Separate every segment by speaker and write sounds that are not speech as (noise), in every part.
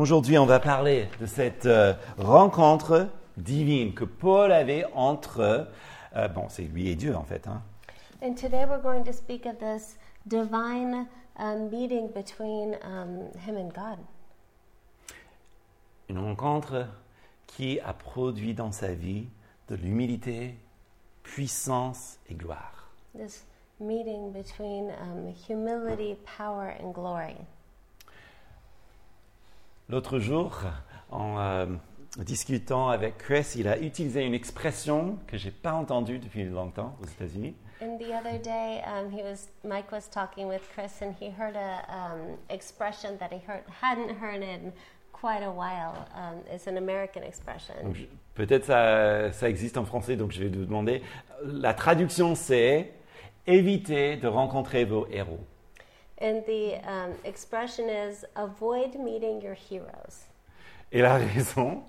Speaker 1: Aujourd'hui, on va parler de cette euh, rencontre divine que Paul avait entre, euh, bon, c'est lui et Dieu en fait. hein.
Speaker 2: And today we're going to speak of this divine um, meeting between um, him and God.
Speaker 1: Une rencontre qui a produit dans sa vie de l'humilité, puissance et gloire.
Speaker 2: This meeting between um, humility, power, and glory.
Speaker 1: L'autre jour, en euh, discutant avec Chris, il a utilisé une expression que j'ai pas entendue depuis longtemps aux États-Unis.
Speaker 2: And the other day, um, he was Mike was talking with Chris, and he heard a um, expression that he heard, hadn't heard in quite a while. Um, it's an American
Speaker 1: Donc,
Speaker 2: expression.
Speaker 1: je- Peut-être ça, ça existe en français, donc je vais vous demander. La traduction, c'est évitez de rencontrer vos héros.
Speaker 2: And the um, expression is avoid meeting your heroes.
Speaker 1: Et la (laughs) raison,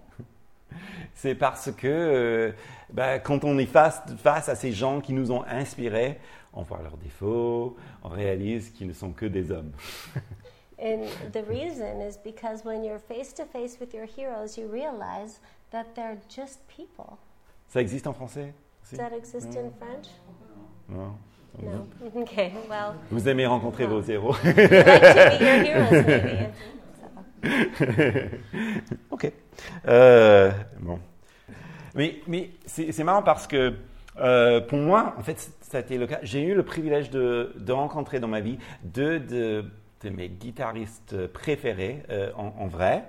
Speaker 1: c'est parce que euh, bah, quand on est face, face à ces gens qui nous ont inspirés, on voit leurs défauts, on réalise qu'ils ne sont que des hommes.
Speaker 2: And the reason is because when you're face to face with your heroes, you realize that they're just people.
Speaker 1: Ça existe en français aussi
Speaker 2: Does that exist in French? (laughs)
Speaker 1: Non.
Speaker 2: No. Okay, well,
Speaker 1: Vous aimez rencontrer vos héros
Speaker 2: you like to meet your heroes, maybe. So,
Speaker 1: Ok. Euh, bon. Mais, mais c'est c'est marrant parce que euh, pour moi, en fait, ça a été le cas. J'ai eu le privilège de, de rencontrer dans ma vie deux de, de mes guitaristes préférés euh, en, en vrai.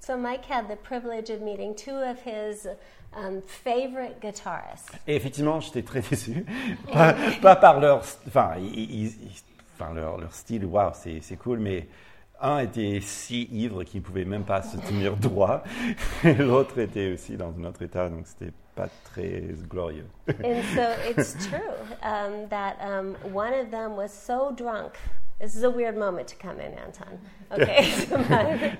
Speaker 2: so Mike had the privilege of meeting two of his um, favorite guitarists.
Speaker 1: Et effectivement, j'étais très (laughs) déçu. Pas, pas par leur, enfin, ils- ils- ils- enfin, leur, leur style, waouh, c'est c'est cool, mais un était si ivre qu'il ne pouvait même pas se tenir droit. (laughs) Et l'autre était aussi dans un autre état, donc c'était pas très glorieux.
Speaker 2: And so it's true um, that um, one of them was so drunk. This is a weird moment to come in, Anton. Okay, (laughs) so my-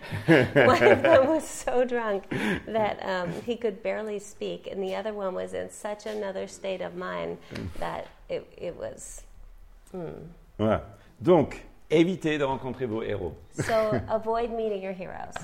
Speaker 2: one of them was so drunk that um, he could barely speak, and the other one was in such another state of mind that it, it was. mm.
Speaker 1: Voilà. Donc, évitez de rencontrer vos héros.
Speaker 2: So avoid meeting your heroes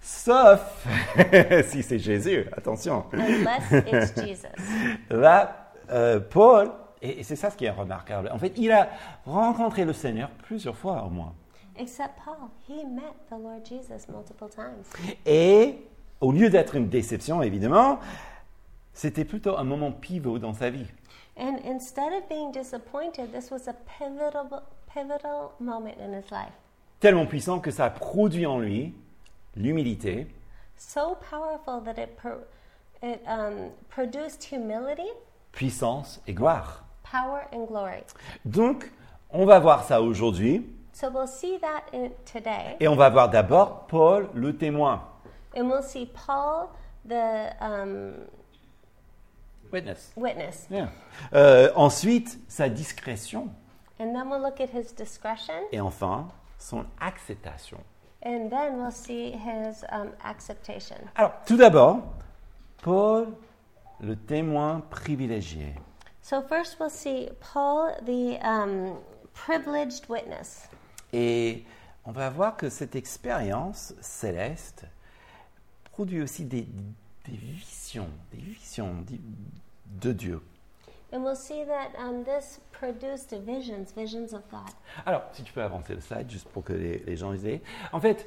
Speaker 1: Sauf (laughs) si c'est Jésus, attention.
Speaker 2: unless it's Jesus.
Speaker 1: Là, euh, Paul, et, et c'est ça ce qui est remarquable, en fait, il a rencontré le Seigneur plusieurs fois au moins.
Speaker 2: Except Paul, he met the Lord Jesus multiple times.
Speaker 1: Et au lieu d'être une déception, évidemment, c'était plutôt un moment pivot dans sa vie.
Speaker 2: And instead of being disappointed, this was a pivotal, pivotal moment in his life.
Speaker 1: Tellement puissant que ça produit en lui l'humilité,
Speaker 2: So powerful that it, pro- it um, produced humility,
Speaker 1: puissance et gloire.
Speaker 2: power, and glory.
Speaker 1: Donc, on va voir ça aujourd'hui.
Speaker 2: So we'll see that in, today.
Speaker 1: Et on va voir d'abord Paul, le témoin.
Speaker 2: And we'll see Paul, the um,
Speaker 1: Witness.
Speaker 2: witness.
Speaker 1: Yeah. Euh, ensuite, sa discrétion.
Speaker 2: And then we'll look at his discretion.
Speaker 1: Et enfin, son acceptation.
Speaker 2: And then we'll see his um, acceptation.
Speaker 1: Alors, tout d'abord, Paul, le témoin privilégié.
Speaker 2: So first we'll see Paul, the um, privileged witness.
Speaker 1: Et on va voir que cette expérience céleste produit aussi des, des visions, des visions di- de Dieu.
Speaker 2: And we'll see that um, this produced visions, visions of God.
Speaker 1: Alors, si tu peux avancer le slide, juste pour que les, les gens aient. En fait,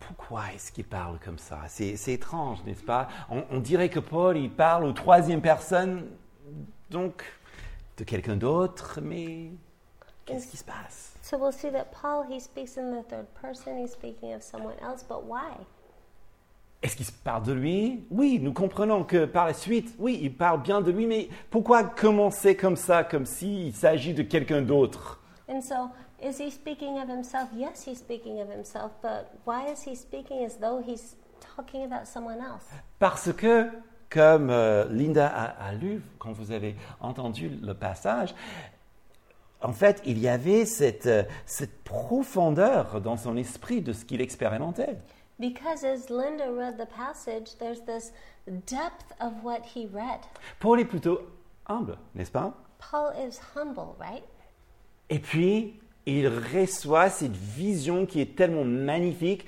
Speaker 1: pourquoi est-ce qu'il parle comme ça C'est c'est étrange, n'est-ce pas on, on dirait que Paul, il parle aux troisième personne, donc de quelqu'un d'autre, mais qu'est-ce qui se passe
Speaker 2: So we'll see that Paul, he speaks in the third person, he's speaking of someone else, but why?
Speaker 1: Est-ce qu'il se parle de lui Oui, nous comprenons que par la suite, oui, il parle bien de lui, mais pourquoi commencer comme ça, comme s'il s'agit de quelqu'un d'autre
Speaker 2: And so, is he speaking of himself? Yes, he's speaking of himself, but why is he speaking as though he's talking about someone else?
Speaker 1: Parce que, comme euh, Linda a, a lu, quand vous avez entendu le passage, en fait, il y avait cette, euh, cette profondeur dans son esprit de ce qu'il expérimentait.
Speaker 2: Because as Linda read the passage, there's this depth of what he read.
Speaker 1: Paul est plutôt humble, n'est-ce pas
Speaker 2: Paul is humble, right?
Speaker 1: Et puis, il reçoit cette vision qui est tellement magnifique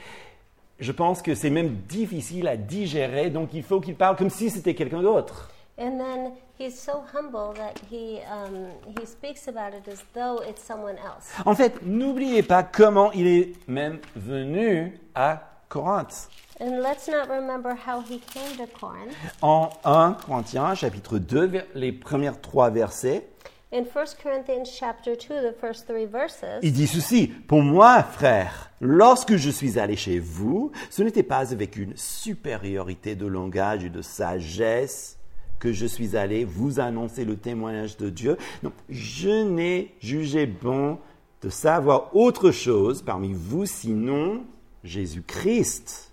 Speaker 1: je pense que c'est même difficile à digérer, donc il faut qu'il parle comme si c'était quelqu'un d'autre.
Speaker 2: And then he's so humble that he, um, he speaks about it as though it's someone else.
Speaker 1: En fait, n'oubliez pas comment il est même venu à Corinthe.
Speaker 2: And let's not remember how he came to Corinth.
Speaker 1: En 1 Corinthiens, chapitre 2, vers- les premières trois versets,
Speaker 2: In 1 Corinthians chapter 2, the first three verses,
Speaker 1: il dit ceci Pour moi, frère, lorsque je suis allé chez vous, ce n'était pas avec une supériorité de langage et de sagesse que je suis allé vous annoncer le témoignage de Dieu. Non, je n'ai jugé bon de savoir autre chose parmi vous sinon Jésus-Christ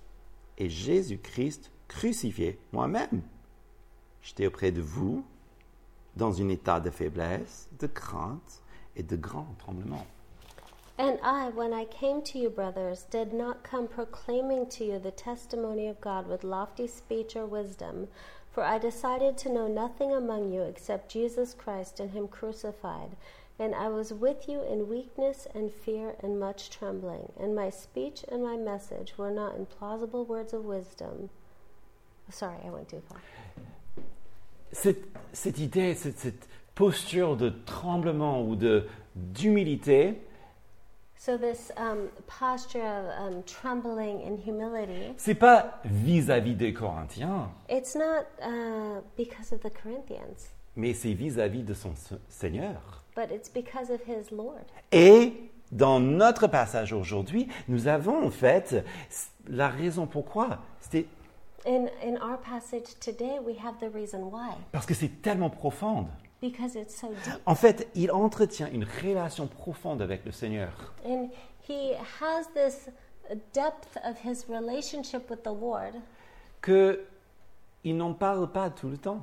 Speaker 1: et Jésus-Christ crucifié moi-même. J'étais auprès de vous dans un état de faiblesse, de crainte et de grand tremblement.
Speaker 2: And I, when I came to you, brothers, did not come proclaiming to you the testimony of God with lofty speech or wisdom, for I decided to know nothing among you except Jesus Christ and Him crucified. And I was with you in weakness and fear and much trembling. And my speech and my message were not in plausible words of wisdom. Sorry, I went too far.
Speaker 1: Cette, cette idée, cette, cette posture de tremblement ou de d'humilité,
Speaker 2: So, this um, posture of um, trembling and humility,
Speaker 1: c'est pas vis-à-vis des Corinthiens,
Speaker 2: it's not uh, because of the Corinthians.
Speaker 1: mais c'est vis-à-vis de son se- Seigneur.
Speaker 2: but it's because of his Lord.
Speaker 1: Et dans notre passage aujourd'hui, nous avons en fait s- la raison pourquoi. C'était
Speaker 2: In, in our passage today, we have the reason why,
Speaker 1: parce que c'est tellement profonde.
Speaker 2: because it's so deep.
Speaker 1: En fait, il entretient une relation profonde avec le Seigneur.
Speaker 2: And he has this depth of his relationship with the Lord
Speaker 1: que il n'en parle pas tout le temps.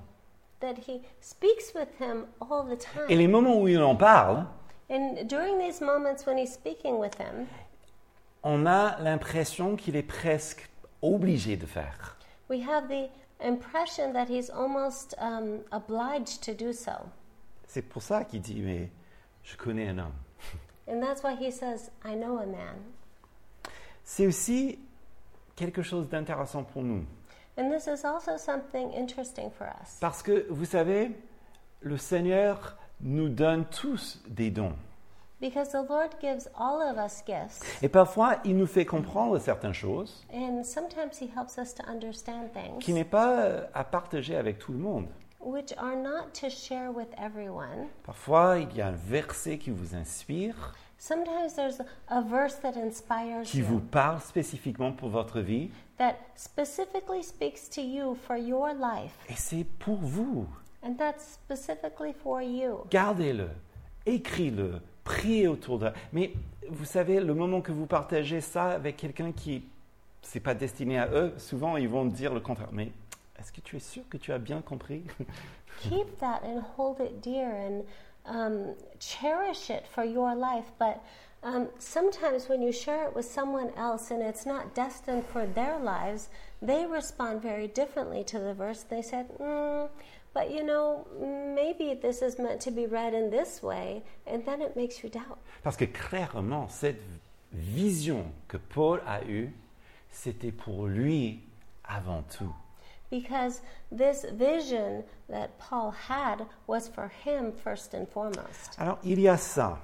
Speaker 2: that he speaks with him all the time.
Speaker 1: Et les moments où il en parle,
Speaker 2: and during these moments when he's speaking with him,
Speaker 1: on a l'impression qu'il est presque obligé de faire.
Speaker 2: we have the impression that he's almost um, obliged to do so.
Speaker 1: C'est pour ça qu'il dit, mais je connais un homme.
Speaker 2: And that's why he says, I know a man.
Speaker 1: C'est aussi quelque chose d'intéressant pour nous.
Speaker 2: And this is also something interesting for us.
Speaker 1: Parce que, vous savez, le Seigneur nous donne tous des dons.
Speaker 2: Because the Lord gives all of us gifts,
Speaker 1: Et parfois, il nous fait comprendre certaines choses
Speaker 2: and sometimes He helps us to understand
Speaker 1: qui
Speaker 2: things
Speaker 1: n'est pas euh, à partager avec tout le monde.
Speaker 2: which are not to share with everyone.
Speaker 1: Parfois, il y a un verset qui vous inspire,
Speaker 2: Sometimes there's a verse that inspires
Speaker 1: qui vous
Speaker 2: you,
Speaker 1: parle spécifiquement pour votre vie.
Speaker 2: that specifically speaks to you for your life,
Speaker 1: Et c'est pour vous.
Speaker 2: and that's specifically for you.
Speaker 1: Gardez-le, écris-le, priez autour de. Mais vous savez, le moment que vous partagez ça avec quelqu'un qui c'est pas destiné à eux, souvent ils vont dire le contraire. Mais est-ce que tu es sûr que tu as bien compris (laughs)
Speaker 2: Keep that and hold it dear and um, cherish it for your life, but um, sometimes when you share it with someone else and it's not destined for their lives, they respond very differently to the verse. They said, mm, but you know, maybe this is meant to be read in this way, and then it makes you doubt.
Speaker 1: Parce que clairement, cette vision que Paul a eue, c'était pour lui avant tout.
Speaker 2: Because this vision that Paul had was for him first and foremost.
Speaker 1: Alors, il y a ça.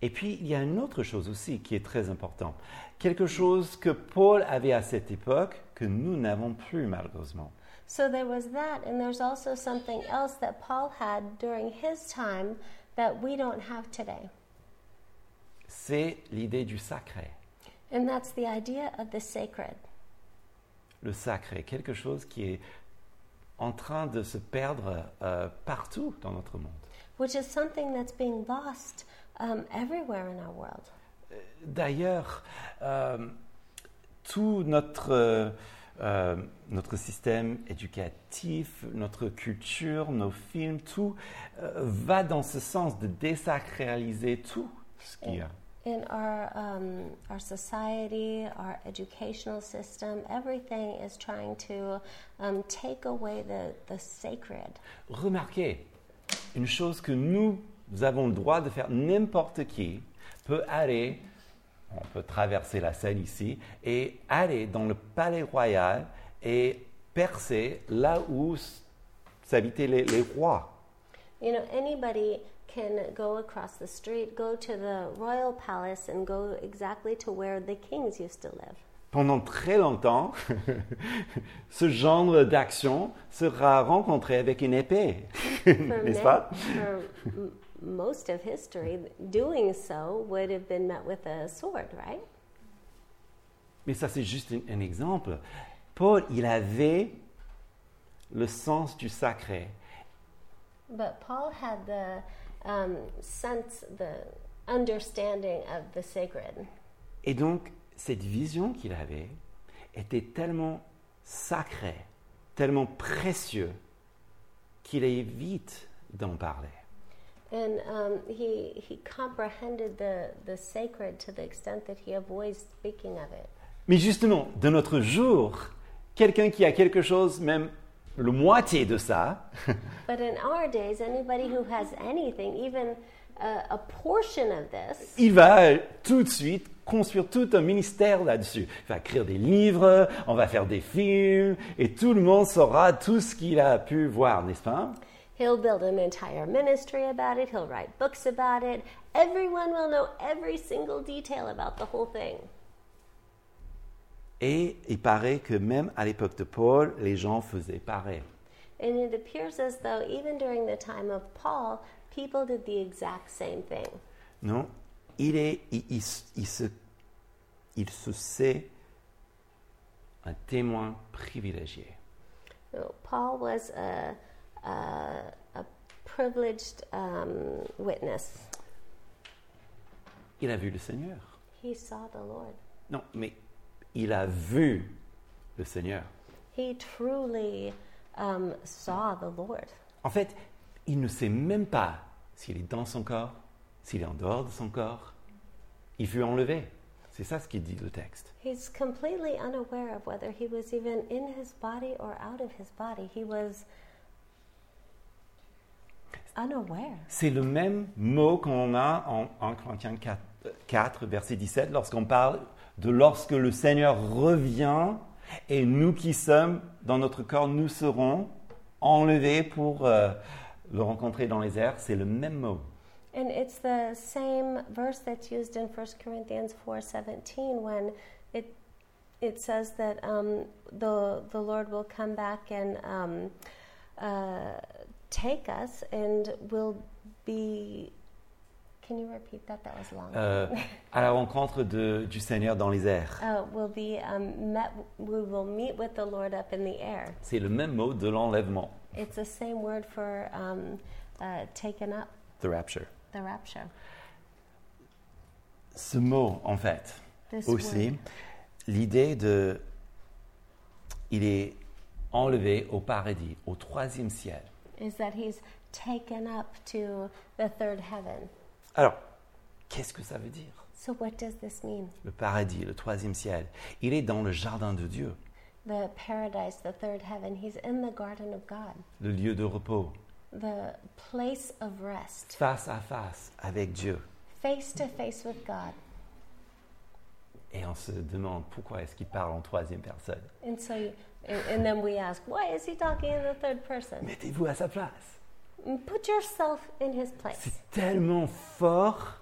Speaker 1: Et puis, il y a une autre chose aussi qui est très importante. Quelque chose que Paul avait à cette époque que nous n'avons plus malheureusement.
Speaker 2: So there was that, and there's also something else that Paul had during his time that we don't have today.
Speaker 1: C'est l'idée du sacré.
Speaker 2: And that's the idea of the sacred.
Speaker 1: Le sacré, quelque chose qui est en train de se perdre euh, partout dans notre monde.
Speaker 2: Which is something that's being lost um, everywhere in our world.
Speaker 1: D'ailleurs, euh, tout notre, euh, euh, notre système éducatif, notre culture, nos films, tout euh, va dans ce sens de désacraliser tout ce qu'il y a.
Speaker 2: In our, um, our society, our educational system, everything is trying to um, take away the, the sacred.
Speaker 1: Remarquez, une chose que nous avons le droit de faire, n'importe qui peut aller on peut traverser la Seine ici et aller dans le palais royal et percer là où s- s'habitaient les, les rois.
Speaker 2: You know, anybody can go across the street, go to the royal palace, and go exactly to where the kings used to live.
Speaker 1: Pendant très longtemps, ce genre d'action sera rencontré avec une épée,
Speaker 2: For,
Speaker 1: n'est-ce pas
Speaker 2: many- for m- most of history, doing so would have been met with a sword, right?
Speaker 1: Mais ça, c'est juste un, un exemple. Paul, il avait le sens du sacré.
Speaker 2: But Paul had the um, sense, the understanding of the sacred.
Speaker 1: Et donc, cette vision qu'il avait était tellement sacrée, tellement précieuse, qu'il évite d'en parler.
Speaker 2: And um, he, he comprehended the, the sacred to the extent that he avoids speaking of it.
Speaker 1: Mais justement, de notre jour, quelqu'un qui a quelque chose, même le moitié de ça,
Speaker 2: But in our days, anybody who has anything, even a, a portion of this,
Speaker 1: il va euh, tout de suite construire tout un ministère là-dessus. Il va écrire des livres, on va faire des films, et tout le monde saura tout ce qu'il a pu voir, n'est-ce pas
Speaker 2: he'll build an entire ministry about it, he'll write books about it. Everyone will know every single detail about the whole thing.
Speaker 1: Et il paraît que même à l'époque de Paul, les gens faisaient pareil.
Speaker 2: And it appears as though, even during the time of Paul, people did the exact same thing.
Speaker 1: Non, il, est, il, il s- il se, il se sait un témoin privilégié.
Speaker 2: You know, Paul was a, a, a privileged um, witness,
Speaker 1: Il a vu le Seigneur.
Speaker 2: he saw the Lord.
Speaker 1: Non, mais il a vu le Seigneur.
Speaker 2: He truly um, saw the Lord.
Speaker 1: En fait, il ne sait même pas s'il est dans son corps, s'il est en dehors de son corps. Il fut enlevé. C'est ça ce qu'il dit le texte.
Speaker 2: He's completely unaware of whether he was even in his body or out of his body. He was unaware.
Speaker 1: C'est le même mot qu'on a en 1 Corinthiens 4, 4, verset 17, lorsqu'on parle de lorsque le Seigneur revient et nous qui sommes dans notre corps, nous serons enlevés pour euh, le rencontrer dans les airs. C'est le même mot.
Speaker 2: And it's the same verse that's used in 1 Corinthians 4:17 when it it says that um, the the Lord will come back and um, uh, take us and will be. Can you repeat that? That was long.
Speaker 1: Euh, à la rencontre de- du Seigneur dans les airs.
Speaker 2: uh, will be um, met. We will meet with the Lord up in the air.
Speaker 1: C'est le même mot de l'enlèvement,
Speaker 2: It's the same word for um, uh, taken up,
Speaker 1: the rapture.
Speaker 2: the rapture.
Speaker 1: Ce mot, en fait,
Speaker 2: This
Speaker 1: aussi,
Speaker 2: word.
Speaker 1: l'idée de. Il est enlevé au paradis, au troisième ciel.
Speaker 2: is that he's taken up to the third heaven.
Speaker 1: Alors, qu'est-ce que ça veut dire
Speaker 2: So what does this mean?
Speaker 1: Le paradis, le troisième ciel. Il est dans le jardin de Dieu,
Speaker 2: The paradise, the third heaven. He's in the garden of God,
Speaker 1: le lieu de repos,
Speaker 2: the place of rest,
Speaker 1: face à face avec Dieu.
Speaker 2: face to face with God.
Speaker 1: Et on se demande pourquoi est-ce qu'il parle en troisième personne.
Speaker 2: And so, you, and, and then we ask, why is he talking in the third person?
Speaker 1: Mettez-vous à sa place.
Speaker 2: Put yourself in his place.
Speaker 1: C'est tellement fort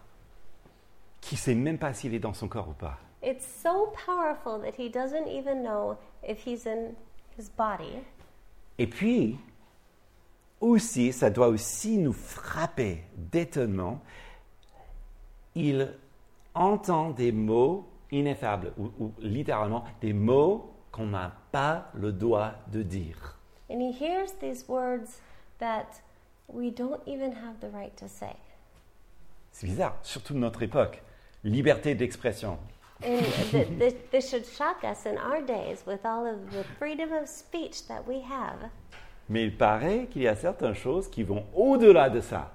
Speaker 1: qu'il sait même pas s'il est dans son corps ou pas.
Speaker 2: It's so powerful that he doesn't even know if he's in his body.
Speaker 1: Et puis, aussi, ça doit aussi nous frapper d'étonnement, il entend des mots ineffables, ou, ou littéralement des mots qu'on n'a pas le droit de dire.
Speaker 2: And he hears these words that we don't even have the right to say.
Speaker 1: C'est bizarre, surtout de notre époque. Liberté d'expression.
Speaker 2: And th- th- this should shock us in our days with all of the freedom of speech that we have.
Speaker 1: Mais il paraît qu'il y a certaines choses qui vont au-delà de ça.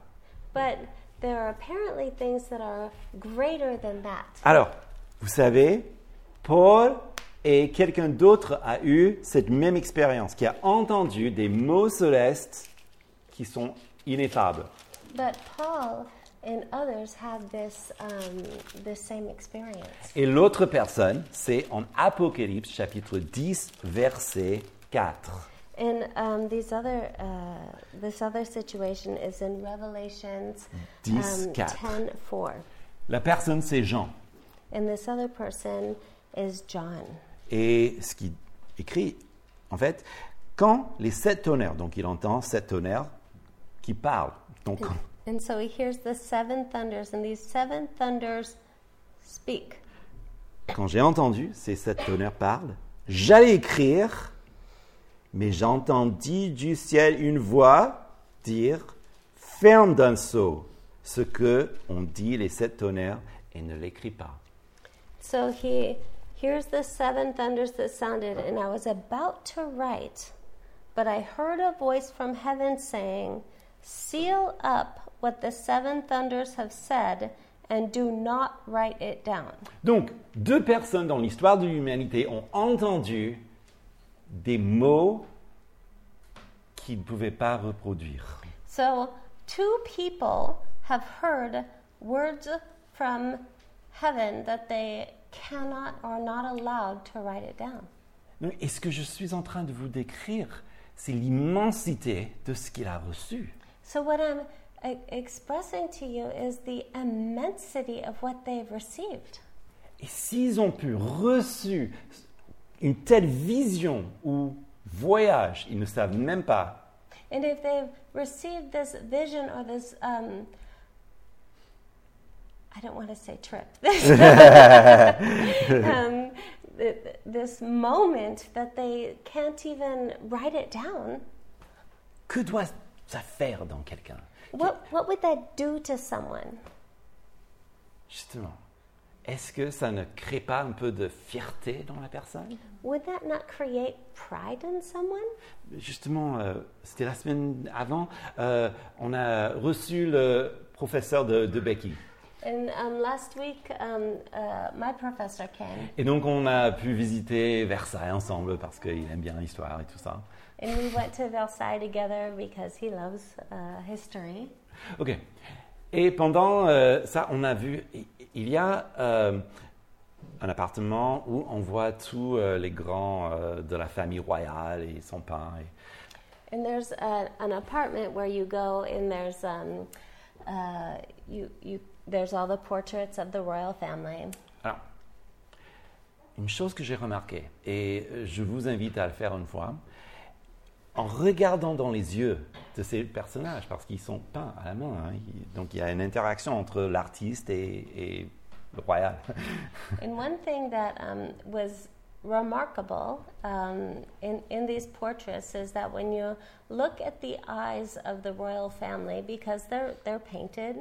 Speaker 2: But there are apparently things that are greater than that.
Speaker 1: Alors, vous savez, Paul et quelqu'un d'autre a eu cette même expérience, qui a entendu des mots célestes qui sont ineffables.
Speaker 2: But Paul and others have this um, this same experience.
Speaker 1: Et l'autre personne, c'est en Apocalypse chapitre 10, verset 4.
Speaker 2: And um, these other uh, this other situation is in Revelations
Speaker 1: Dix,
Speaker 2: um,
Speaker 1: quatre.
Speaker 2: 10 4.
Speaker 1: La personne, c'est Jean.
Speaker 2: And this other person is John.
Speaker 1: Et ce qu'il écrit, en fait, quand les sept tonnerres, donc il entend sept tonnerres qui parlent. Donc,
Speaker 2: And so he hears the seven thunders, and these seven thunders speak.
Speaker 1: quand j'ai entendu ces sept tonnerres parlent, j'allais écrire, mais j'entendis du ciel une voix dire Ferme d'un saut ce que on dit les sept tonnerres et ne l'écris pas.
Speaker 2: So he hears the seven thunders that sounded, and I was about to write, but I heard a voice from heaven saying, Seal up what the seven thunders have said, and do not write it down.
Speaker 1: Donc, deux personnes dans l'histoire de l'humanité ont entendu des mots qu'ils ne pouvaient pas reproduire.
Speaker 2: So two people have heard words from heaven that they cannot or are not allowed to write it down.
Speaker 1: Donc, et ce que je suis en train de vous décrire, c'est l'immensité de ce qu'il a reçu.
Speaker 2: So, what I'm uh, expressing to you is the immensity of what they've received.
Speaker 1: Et s'ils ont pu reçu une telle vision ou voyage, ils ne savent même pas.
Speaker 2: And if they've received this vision or this, um, I don't want to say trip, (laughs) this, um, th- th- this moment that they can't even write it down,
Speaker 1: Que doit ça faire dans quelqu'un
Speaker 2: what, what would that do to someone?
Speaker 1: Justement, est-ce que ça ne crée pas un peu de fierté dans la personne
Speaker 2: Would that not create pride in someone?
Speaker 1: Justement, euh, c'était la semaine avant, euh, on a reçu le professeur de, de Becky.
Speaker 2: And um, last week, um, uh, my professor came
Speaker 1: Et donc, on a pu visiter Versailles ensemble parce qu'il aime bien l'histoire et tout ça.
Speaker 2: And we went to Versailles together because he loves uh, history.
Speaker 1: Ok. Et pendant euh, ça, on a vu, i- il y a euh, un appartement où on voit tous euh, les grands euh, de la famille royale et son pain. et-
Speaker 2: And there's a, an apartment where you go, and there's um, uh, you you there's all the portraits of the royal family.
Speaker 1: Alors, une chose que j'ai remarquée, et euh, je vous invite à le faire une fois, en regardant dans les yeux de ces personnages, parce qu'ils sont peints à la main, hein, ils- donc il y a une interaction entre l'artiste et- et le royal.
Speaker 2: and one thing that um, was remarkable um, in in these portraits is that when you look at the eyes of the royal family, because they're they're painted,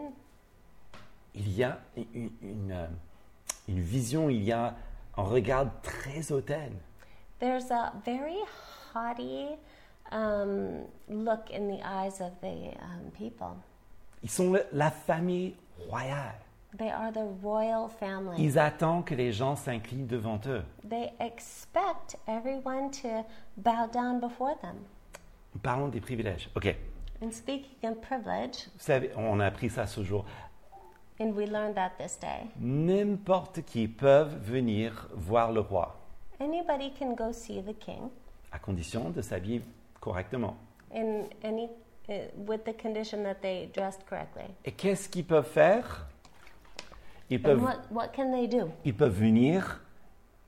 Speaker 1: il y a une, une, euh, une vision, il y a un regard très hautain.
Speaker 2: there's a very haughty um, look in the eyes of the um, people.
Speaker 1: Ils sont le- la famille royale.
Speaker 2: They are the royal family.
Speaker 1: Ils attendent que les gens s'inclinent devant eux.
Speaker 2: they expect everyone to bow down before them.
Speaker 1: Parlons des privilèges. OK.
Speaker 2: And speaking of privilege,
Speaker 1: Vous savez, on a appris ça ce jour.
Speaker 2: and we learned that this day,
Speaker 1: N'importe qui peut venir voir le roi,
Speaker 2: anybody can go see the king,
Speaker 1: à condition de s'habiller correctement.
Speaker 2: in any uh, with the condition that they dressed correctly.
Speaker 1: Et qu'est-ce qu'ils peuvent faire ils
Speaker 2: And
Speaker 1: peuvent,
Speaker 2: what what can they do?
Speaker 1: ils peuvent venir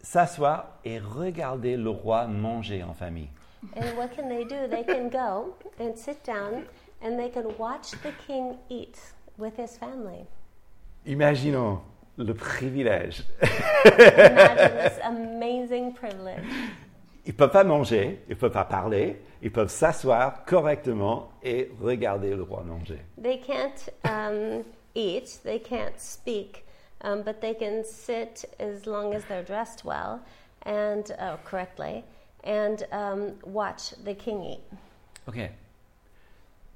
Speaker 1: s'asseoir et regarder le roi manger en famille.
Speaker 2: And what can they do? They can go and sit down, and they can watch the king eat with his family.
Speaker 1: Imaginons le privilège.
Speaker 2: Imagine this amazing privilege.
Speaker 1: Ils ne peuvent pas manger, ils ne peuvent pas parler, ils peuvent s'asseoir correctement et regarder le roi manger.
Speaker 2: They can't um, eat, they can't speak, um, but they can sit as long as they're dressed well and uh, correctly and um, watch the king eat.
Speaker 1: Ok.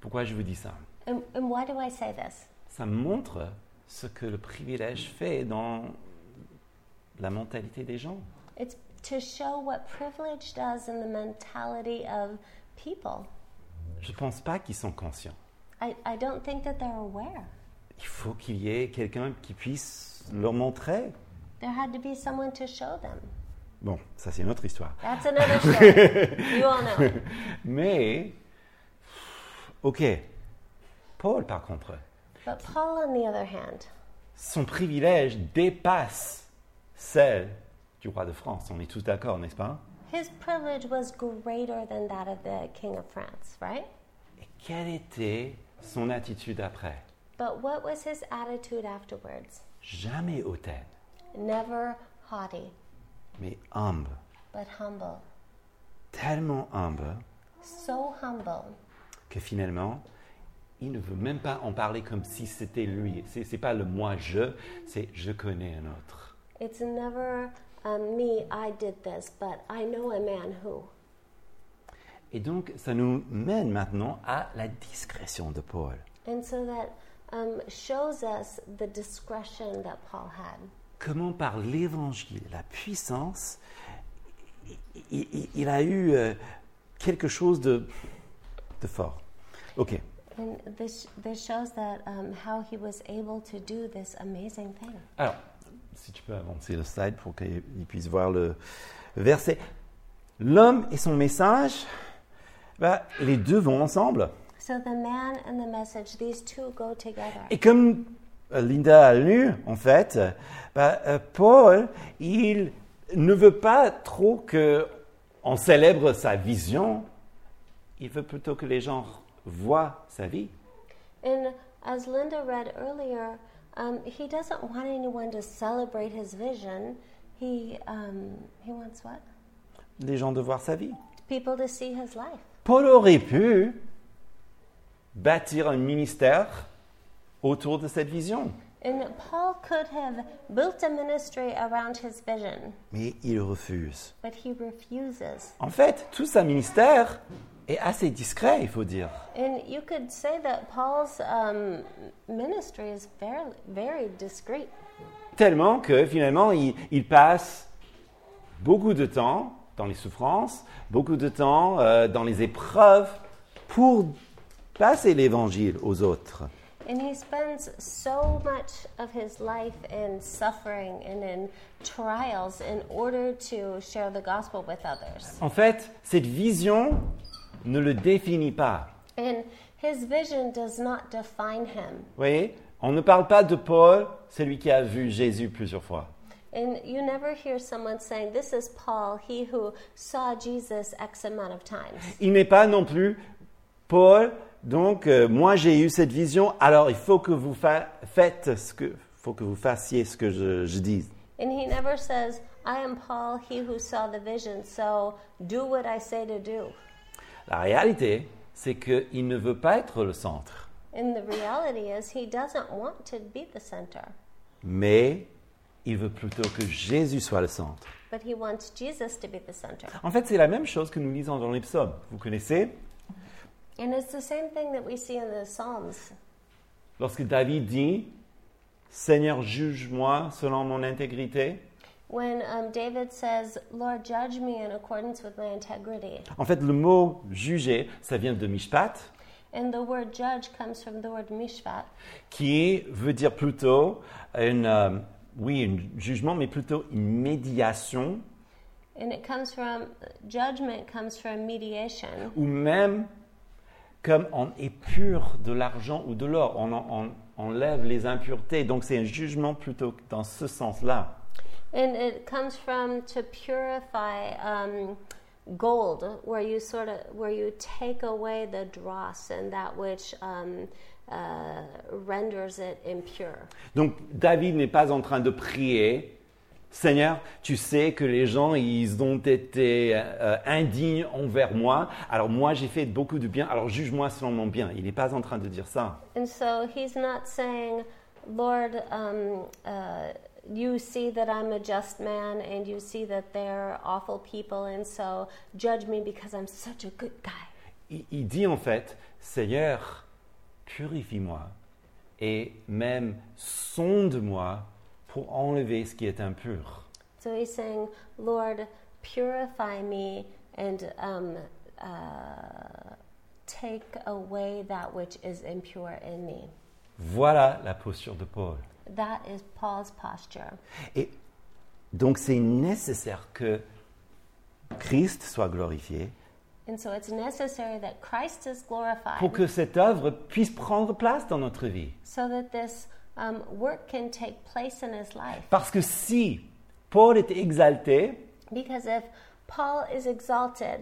Speaker 1: Pourquoi je vous dis ça
Speaker 2: And, and why do I say this?
Speaker 1: Ça montre ce que le privilège fait dans la mentalité des gens.
Speaker 2: It's to show what privilege does in the mentality of people.
Speaker 1: Je ne pense pas qu'ils sont conscients.
Speaker 2: I, I don't think that they're aware.
Speaker 1: il faut qu'il y ait quelqu'un qui puisse leur montrer.
Speaker 2: There had to be someone to show them.
Speaker 1: Bon, ça c'est une autre histoire. (laughs)
Speaker 2: That's another show. you all know.
Speaker 1: Mais, ok, Paul par contre,
Speaker 2: But Paul, on the other hand,
Speaker 1: son privilège dépasse celle du roi de France. On est tous d'accord, n'est-ce pas
Speaker 2: his privilege was greater than that of the King of France, right?
Speaker 1: Et quelle était son attitude après
Speaker 2: But what was his attitude afterwards?
Speaker 1: Jamais hautaine,
Speaker 2: Never haughty,
Speaker 1: mais humble.
Speaker 2: but humble.
Speaker 1: Tellement humble
Speaker 2: So humble
Speaker 1: que finalement, il ne veut même pas en parler comme si c'était lui. C'est n'est pas le moi je, c'est je connais un autre.
Speaker 2: It's never um, me, I did this, but I know a man who.
Speaker 1: Et donc, ça nous mène maintenant à la discrétion de Paul.
Speaker 2: And so that um, shows us the discretion that Paul had.
Speaker 1: Comment par l'évangile, la puissance, il, il- il a eu euh, quelque chose de, de fort. Ok.
Speaker 2: And this, this shows that um, how he was able to do this amazing thing.
Speaker 1: Alors, si tu peux avancer le slide pour qu'ils puissent voir le verset. L'homme et son message, ben, les deux vont ensemble.
Speaker 2: So the man and the message, these two go together.
Speaker 1: Et comme euh, Linda a lu, en fait, euh, ben, euh, Paul, il ne veut pas trop que on célèbre sa vision. Il veut plutôt que les gens voient sa vie.
Speaker 2: And as Linda read earlier, um, he doesn't want anyone to celebrate his vision. He, um, he wants what?
Speaker 1: Les gens de voir sa vie.
Speaker 2: People to see his life.
Speaker 1: Paul aurait pu bâtir un ministère autour de cette vision.
Speaker 2: And Paul could have built a ministry around his vision,
Speaker 1: Mais il refuse.
Speaker 2: but he refuses.
Speaker 1: En fait, tout sa ministère est assez discret, il faut dire.
Speaker 2: And you could say that Paul's um, ministry is very, very discreet.
Speaker 1: Tellement que finalement, il, il passe beaucoup de temps dans les souffrances, beaucoup de temps euh, dans les épreuves pour passer l'évangile aux autres.
Speaker 2: And he spends so much of his life in suffering and in trials in order to share the gospel with others.
Speaker 1: En fait, cette vision ne le définit pas.
Speaker 2: And his vision does not define him.
Speaker 1: Vous voyez On ne parle pas de Paul, celui qui a vu Jésus plusieurs fois.
Speaker 2: And you never hear someone saying, This is Paul, he who saw Jesus X amount of times.
Speaker 1: Il n'est pas non plus Paul. Donc, euh, moi, j'ai eu cette vision. Alors, il faut que vous fa- faites ce que, faut que vous fassiez ce que je, je dis.
Speaker 2: And he never says, I am Paul, he who saw the vision, so do what I say to do.
Speaker 1: La réalité, c'est qu'il ne veut pas être le centre,
Speaker 2: And the reality is, he doesn't want to be the center,
Speaker 1: mais il veut plutôt que Jésus soit le centre.
Speaker 2: but he wants Jesus to be the center.
Speaker 1: En fait, c'est la même chose que nous lisons dans les psaumes. Vous connaissez
Speaker 2: And it's the same thing that we see in the Psalms.
Speaker 1: lorsque David dit Seigneur, juge-moi selon mon intégrité.
Speaker 2: When um, David says, Lord, judge me in accordance with my integrity.
Speaker 1: En fait, le mot juger, ça vient de mishpat,
Speaker 2: And the word judge comes from the word mishpat,
Speaker 1: qui veut dire plutôt une, euh, oui, un jugement, mais plutôt une médiation
Speaker 2: and it comes from judgment comes from mediation.
Speaker 1: ou même comme on épure de l'argent ou de l'or, on, en- on enlève les impuretés. Donc c'est un jugement plutôt que dans ce sens-là.
Speaker 2: And it comes from to purify um, gold, where you sort of where you take away the dross and that which um, uh, renders it impure.
Speaker 1: Donc David n'est pas en train de prier. Seigneur, tu sais que les gens, ils ont été euh, indignes envers moi. Alors moi, j'ai fait beaucoup de bien. Alors juge-moi selon mon bien. Il n'est pas en train de dire ça.
Speaker 2: And so he's not saying, Lord, um, uh, you see that I'm a just man and you see that they're awful people, and so judge me because I'm such a good guy.
Speaker 1: il, il dit en fait, Seigneur, purifie-moi et même sonde-moi pour enlever ce qui est impur.
Speaker 2: So he's saying, Lord, purify me and um, uh, take away that which is impure in me.
Speaker 1: Voilà la posture de Paul.
Speaker 2: That is Paul's posture.
Speaker 1: Et donc c'est nécessaire que Christ soit glorifié
Speaker 2: And so it's necessary that Christ is glorified
Speaker 1: pour que cette œuvre puisse prendre place dans notre vie.
Speaker 2: so that this um, work can take place in his life.
Speaker 1: Parce que si Paul est exalté,
Speaker 2: Because if Paul is exalted,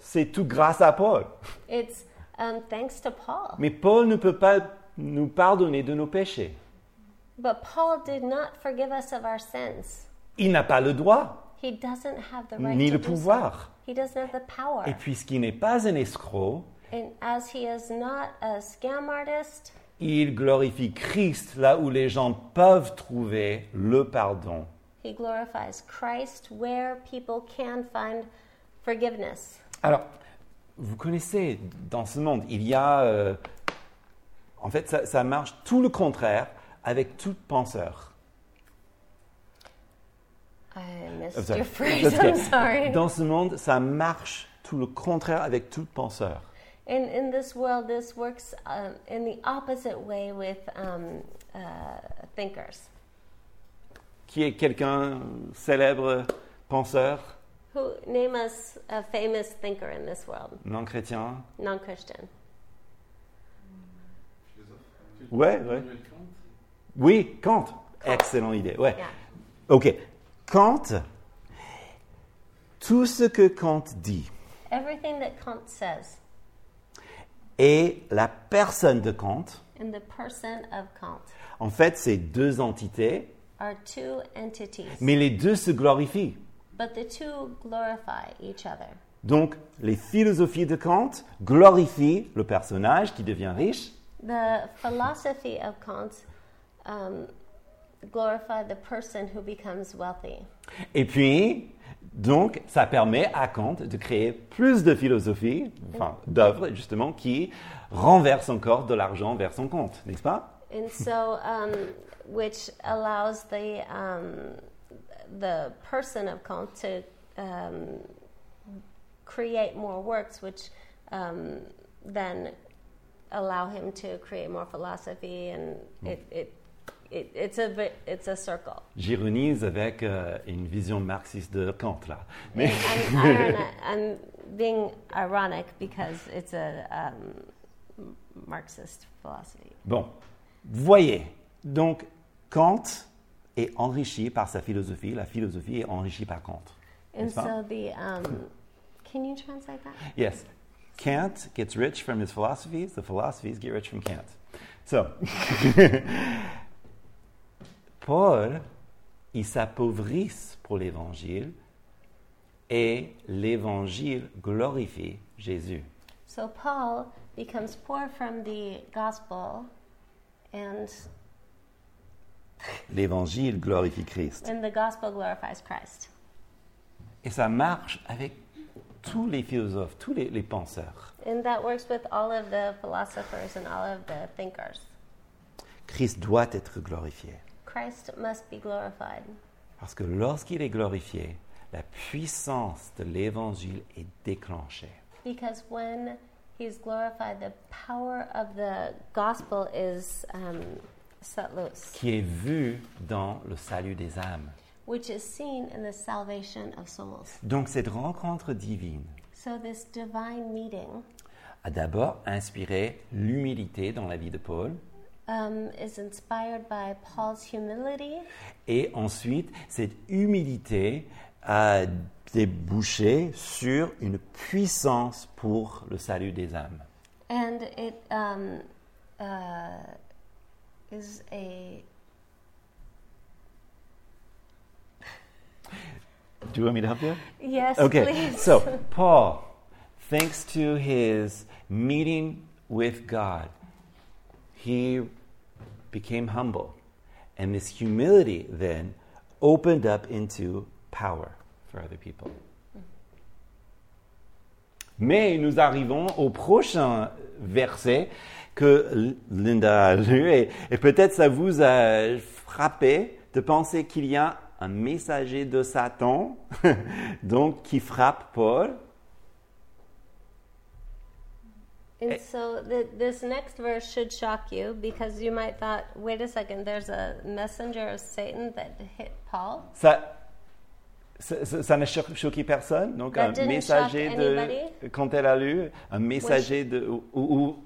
Speaker 1: c'est tout grâce à Paul.
Speaker 2: it's um, thanks to Paul.
Speaker 1: Mais Paul ne peut pas nous pardonner de nos péchés.
Speaker 2: But Paul did not forgive us of our sins.
Speaker 1: Il n'a pas le droit,
Speaker 2: He doesn't have the right
Speaker 1: ni
Speaker 2: to
Speaker 1: le
Speaker 2: do so.
Speaker 1: pouvoir.
Speaker 2: He doesn't have the power.
Speaker 1: Et puisqu'il n'est pas un escroc,
Speaker 2: And as he is not a scam artist,
Speaker 1: il glorifie Christ là où les gens peuvent trouver le pardon.
Speaker 2: he glorifies Christ where people can find forgiveness.
Speaker 1: Alors, vous connaissez, dans ce monde, il y a... euh, en fait, ça, ça marche tout le contraire avec tout penseur.
Speaker 2: I
Speaker 1: Oh,
Speaker 2: missed
Speaker 1: sorry. (laughs)
Speaker 2: your phrase.
Speaker 1: That's okay.
Speaker 2: I'm sorry.
Speaker 1: Dans ce monde, ça marche tout le contraire avec tout penseur.
Speaker 2: In in this world, this works um, in the opposite way with um, uh, thinkers.
Speaker 1: Qui est quelqu'un célèbre, penseur,
Speaker 2: Who name us a famous thinker in this world?
Speaker 1: non chrétien
Speaker 2: Non-Christian.
Speaker 1: Ouais, ouais. Oui, Kant. Excellente idée. Ouais.
Speaker 2: Yeah.
Speaker 1: Ok. Kant, tout ce que Kant dit
Speaker 2: Everything that Kant says
Speaker 1: et la personne de Kant,
Speaker 2: and the person of Kant
Speaker 1: en fait, c'est deux entités,
Speaker 2: are two entities,
Speaker 1: mais les deux se glorifient.
Speaker 2: but the two glorify each other.
Speaker 1: Donc, les philosophies de Kant glorifient le personnage qui devient riche
Speaker 2: The philosophy of Kant um, glorify the person who becomes wealthy.
Speaker 1: Et puis, donc, ça permet à Kant de créer plus de philosophies, enfin, d'œuvres, justement, qui renversent encore de l'argent vers son compte, n'est-ce pas
Speaker 2: and so um, which allows the um, the person of Kant to um, create more works, which um, then allow him to create more philosophy, and it, it, it it's a bit- it's a circle.
Speaker 1: J'ironise avec euh, une vision marxiste de Kant, là. Mais,
Speaker 2: I'm, ironi- I'm being ironic because it's a um, Marxist philosophy.
Speaker 1: bon, voyez, donc, Kant est enrichi par sa philosophie, la philosophie est enrichie par Kant.
Speaker 2: And
Speaker 1: It's not-
Speaker 2: so the um, can you translate that?
Speaker 1: Yes, Kant gets rich from his philosophies, the philosophies get rich from Kant. So, (laughs) Paul, il s'appauvrisse pour l'évangile et l'évangile glorifie Jésus.
Speaker 2: So Paul becomes poor from the gospel, and
Speaker 1: L'évangile glorifie Christ.
Speaker 2: and the gospel glorifies Christ.
Speaker 1: Et ça marche avec tous les philosophes, tous les, les penseurs.
Speaker 2: And that works with all of the philosophers and all of the thinkers.
Speaker 1: Christ doit être glorifié.
Speaker 2: Christ must be glorified
Speaker 1: Parce que lorsqu'il est glorifié, la puissance de l'évangile est déclenchée.
Speaker 2: because when he's glorified, the power of the gospel is um, set loose,
Speaker 1: qui est vu dans le salut des âmes.
Speaker 2: which is seen in the salvation of souls.
Speaker 1: Donc cette rencontre divine
Speaker 2: So this divine meeting
Speaker 1: a d'abord inspiré l'humilité dans la vie de Paul
Speaker 2: um, is inspired by Paul's humility.
Speaker 1: et ensuite cette humilité a débouché sur une puissance pour le salut des âmes.
Speaker 2: And it um, uh, is a.
Speaker 1: Do you want me to help you?
Speaker 2: Yes,
Speaker 1: Okay,
Speaker 2: please.
Speaker 1: so Paul, thanks to his meeting with God, he became humble. And this humility then opened up into power for other people. Mais nous arrivons au prochain verset que L- Linda a lu et, et peut-être ça vous a frappé de penser qu'il y a un messager de Satan (laughs) donc qui frappe Paul.
Speaker 2: (laughs) And so th this next verse should shock you because you might thought, wait a second, there's a messenger of Satan that hit Paul.
Speaker 1: Ça, ça, ça- ça n'a cho- choqué personne. Donc,
Speaker 2: That
Speaker 1: un
Speaker 2: didn't
Speaker 1: messager
Speaker 2: shock
Speaker 1: de.
Speaker 2: anybody.
Speaker 1: Quand elle a lu, un messager de. Ou, ou-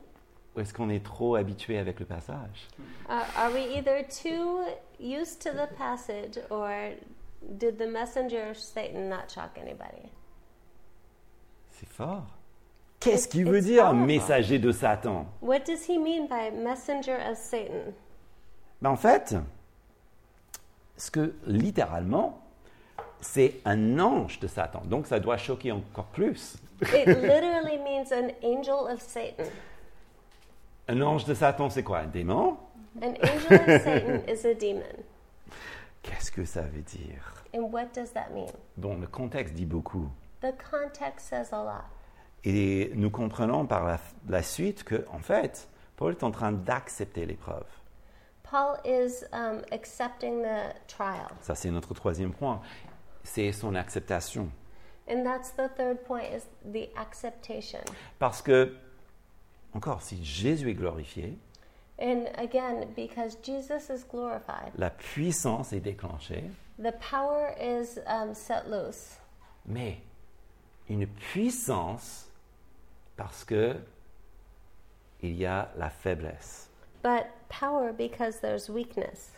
Speaker 1: ou est-ce qu'on est trop habitué avec le passage
Speaker 2: Uh, are we either too used to the passage or did the messenger of Satan not shock anybody?
Speaker 1: C'est fort. Qu'est-ce qu'il veut
Speaker 2: It's
Speaker 1: dire, un
Speaker 2: powerful.
Speaker 1: messager de Satan
Speaker 2: What does he mean by messenger of Satan?
Speaker 1: Ben, en fait, ce que littéralement, c'est un ange de Satan. Donc ça doit choquer encore plus.
Speaker 2: It literally means an angel of Satan.
Speaker 1: Un ange de Satan, c'est quoi Un démon
Speaker 2: An angel of Satan is a demon.
Speaker 1: Qu'est-ce que ça veut dire
Speaker 2: And what does that mean?
Speaker 1: Bon, le contexte dit beaucoup.
Speaker 2: The context says a lot.
Speaker 1: Et nous comprenons par la, la suite que, en fait, Paul est en train d'accepter l'épreuve.
Speaker 2: Paul is um, accepting the trial.
Speaker 1: Ça, c'est notre troisième point. C'est son acceptation.
Speaker 2: And that's the third point is the acceptation.
Speaker 1: Parce que, encore, si Jésus est glorifié,
Speaker 2: And again, because Jesus is glorified,
Speaker 1: la puissance est déclenchée,
Speaker 2: the power is um, set loose.
Speaker 1: mais une puissance parce que il y a la faiblesse.
Speaker 2: But power because there's weakness.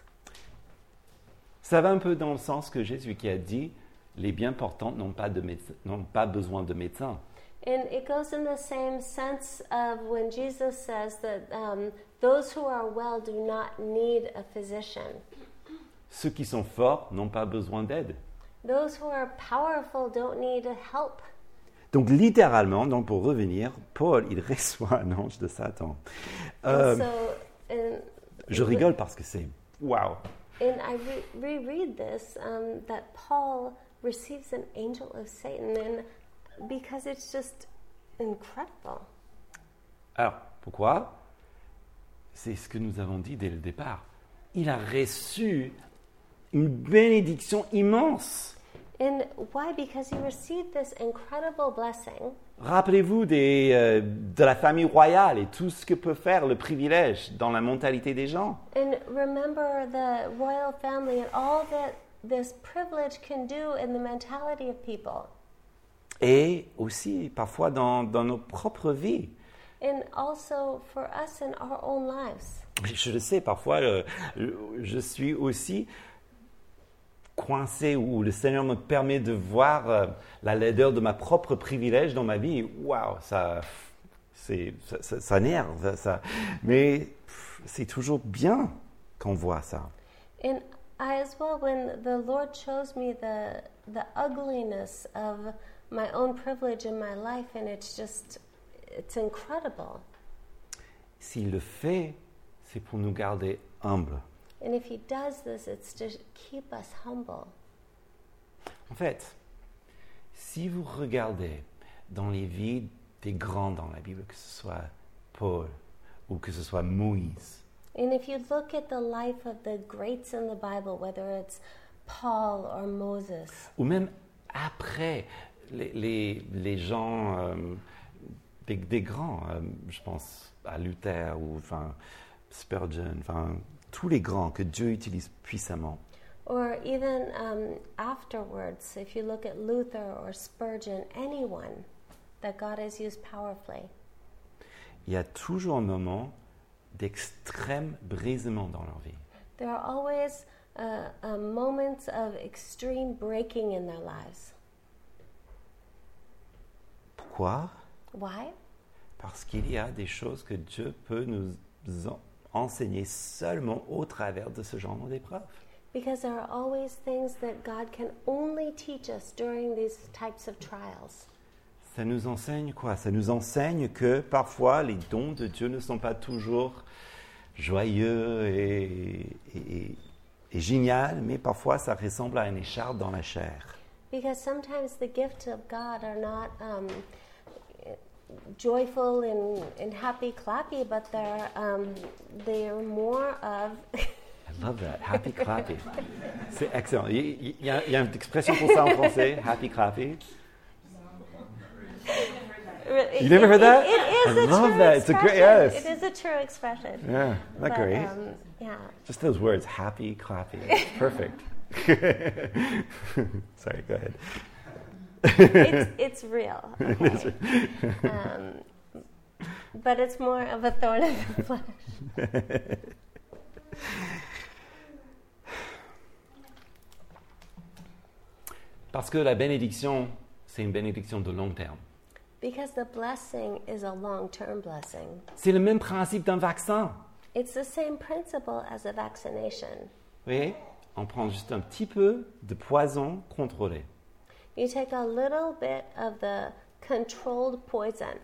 Speaker 1: Ça va un peu dans le sens que Jésus qui a dit les bien portants n'ont pas, de méde- n'ont pas besoin de médecins.
Speaker 2: And it goes in the same sense of when Jesus says that um, those who are well do not need a physician.
Speaker 1: Ceux qui sont forts n'ont pas besoin d'aide.
Speaker 2: Those who are powerful don't need help.
Speaker 1: Donc littéralement, donc pour revenir, Paul, il reçoit un ange de Satan.
Speaker 2: And
Speaker 1: Euh,
Speaker 2: so, and,
Speaker 1: je rigole parce que c'est waouh.
Speaker 2: and I re- reread this um, that Paul receives an angel of Satan, and because it's just incredible.
Speaker 1: Alors pourquoi C'est ce que nous avons dit dès le départ. Il a reçu une bénédiction immense.
Speaker 2: And why? Because he received this incredible blessing.
Speaker 1: Rappelez-vous des, euh, de la famille royale et tout ce que peut faire le privilège dans la mentalité des gens.
Speaker 2: And remember the royal family and all that this privilege can do in the mentality of people,
Speaker 1: Et aussi parfois dans, dans nos propres vies.
Speaker 2: and also for us in our own lives.
Speaker 1: Je le sais, parfois euh, je suis aussi coincé où le Seigneur me permet de voir euh, la laideur de ma propre privilège dans ma vie. Waouh, ça, c'est- ça, ça, ça nerve, ça, ça. Mais pff, c'est toujours bien qu'on voit ça.
Speaker 2: And I, as well, when the Lord shows me the the ugliness of my own privilege in my life, and it's just, it's incredible.
Speaker 1: S'il le fait, c'est pour nous garder humbles.
Speaker 2: And if He does this, it's to keep us humble.
Speaker 1: En fait, si vous regardez dans les vies des grands dans la Bible, que ce soit Paul ou que ce soit Moïse,
Speaker 2: And if you look at the life of the greats in the Bible, whether it's Paul or Moses,
Speaker 1: ou même après les, les- les gens euh, des, des grands, euh, je pense à Luther ou enfin, Spurgeon, enfin, tous les grands que Dieu utilise puissamment,
Speaker 2: Or even um, afterwards, if you look at Luther or Spurgeon, anyone that God has used powerfully,
Speaker 1: il y a toujours un moment d'extrême brisement dans leur vie.
Speaker 2: there are always uh, uh, moments of extreme breaking in their lives.
Speaker 1: Pourquoi
Speaker 2: Why?
Speaker 1: Parce qu'il y a des choses que Dieu peut nous en- enseigner seulement au travers de ce genre d'épreuve.
Speaker 2: Because there are always things that God can only teach us during these types of trials.
Speaker 1: Ça nous enseigne quoi Ça nous enseigne que parfois les dons de Dieu ne sont pas toujours joyeux et, et, et- et génial, mais parfois ça ressemble à une écharpe dans la chair.
Speaker 2: Because sometimes the gifts of God are not um, joyful and, and happy clappy, but they're, um, they're more of. (laughs)
Speaker 1: I love that. Happy clappy. C'est excellent. Il il- il y, a, il y a une expression pour ça en français. Happy clappy.
Speaker 2: Really,
Speaker 1: You never heard
Speaker 2: it- it-
Speaker 1: that?
Speaker 2: It is
Speaker 1: I
Speaker 2: a
Speaker 1: love
Speaker 2: true
Speaker 1: that. It's a
Speaker 2: Expression.
Speaker 1: great, yes.
Speaker 2: It is a true expression.
Speaker 1: Yeah, isn't that
Speaker 2: But,
Speaker 1: great?
Speaker 2: um,
Speaker 1: (laughs)
Speaker 2: yeah.
Speaker 1: Just those words, happy, clappy, perfect. (laughs) Sorry, go ahead.
Speaker 2: It's,
Speaker 1: (laughs)
Speaker 2: it's real. okay. um, but it's more of a thorn in the flesh.
Speaker 1: Parce que la bénédiction, c'est une bénédiction de long terme.
Speaker 2: Because the blessing is a long term blessing.
Speaker 1: C'est le même principe d'un vaccin.
Speaker 2: It's the same principle as a vaccination.
Speaker 1: Vous voyez On prend juste un petit peu de poison contrôlé.
Speaker 2: You take a little bit of the controlled poison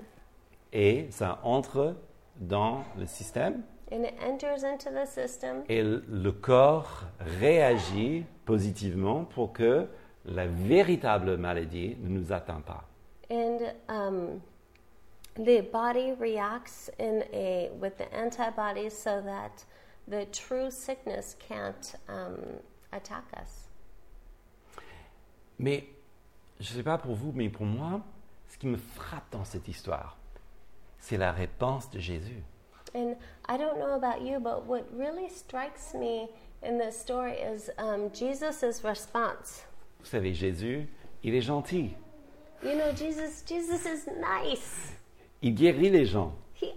Speaker 1: Et ça entre dans le système
Speaker 2: and it enters into the system,
Speaker 1: et l- le corps réagit positivement pour que la véritable maladie ne nous atteint pas.
Speaker 2: and um, the body reacts in a with the antibodies so that the true sickness can't um, attack us.
Speaker 1: Mais je ne sais pas pour vous, mais pour moi, ce qui me frappe dans cette histoire, c'est la réponse de Jésus.
Speaker 2: And I don't know about you, but what really strikes me in this story is um, Jesus' response.
Speaker 1: Vous savez, Jésus, il est gentil.
Speaker 2: You know, Jesus, Jesus is nice.
Speaker 1: Il guérit les gens.
Speaker 2: He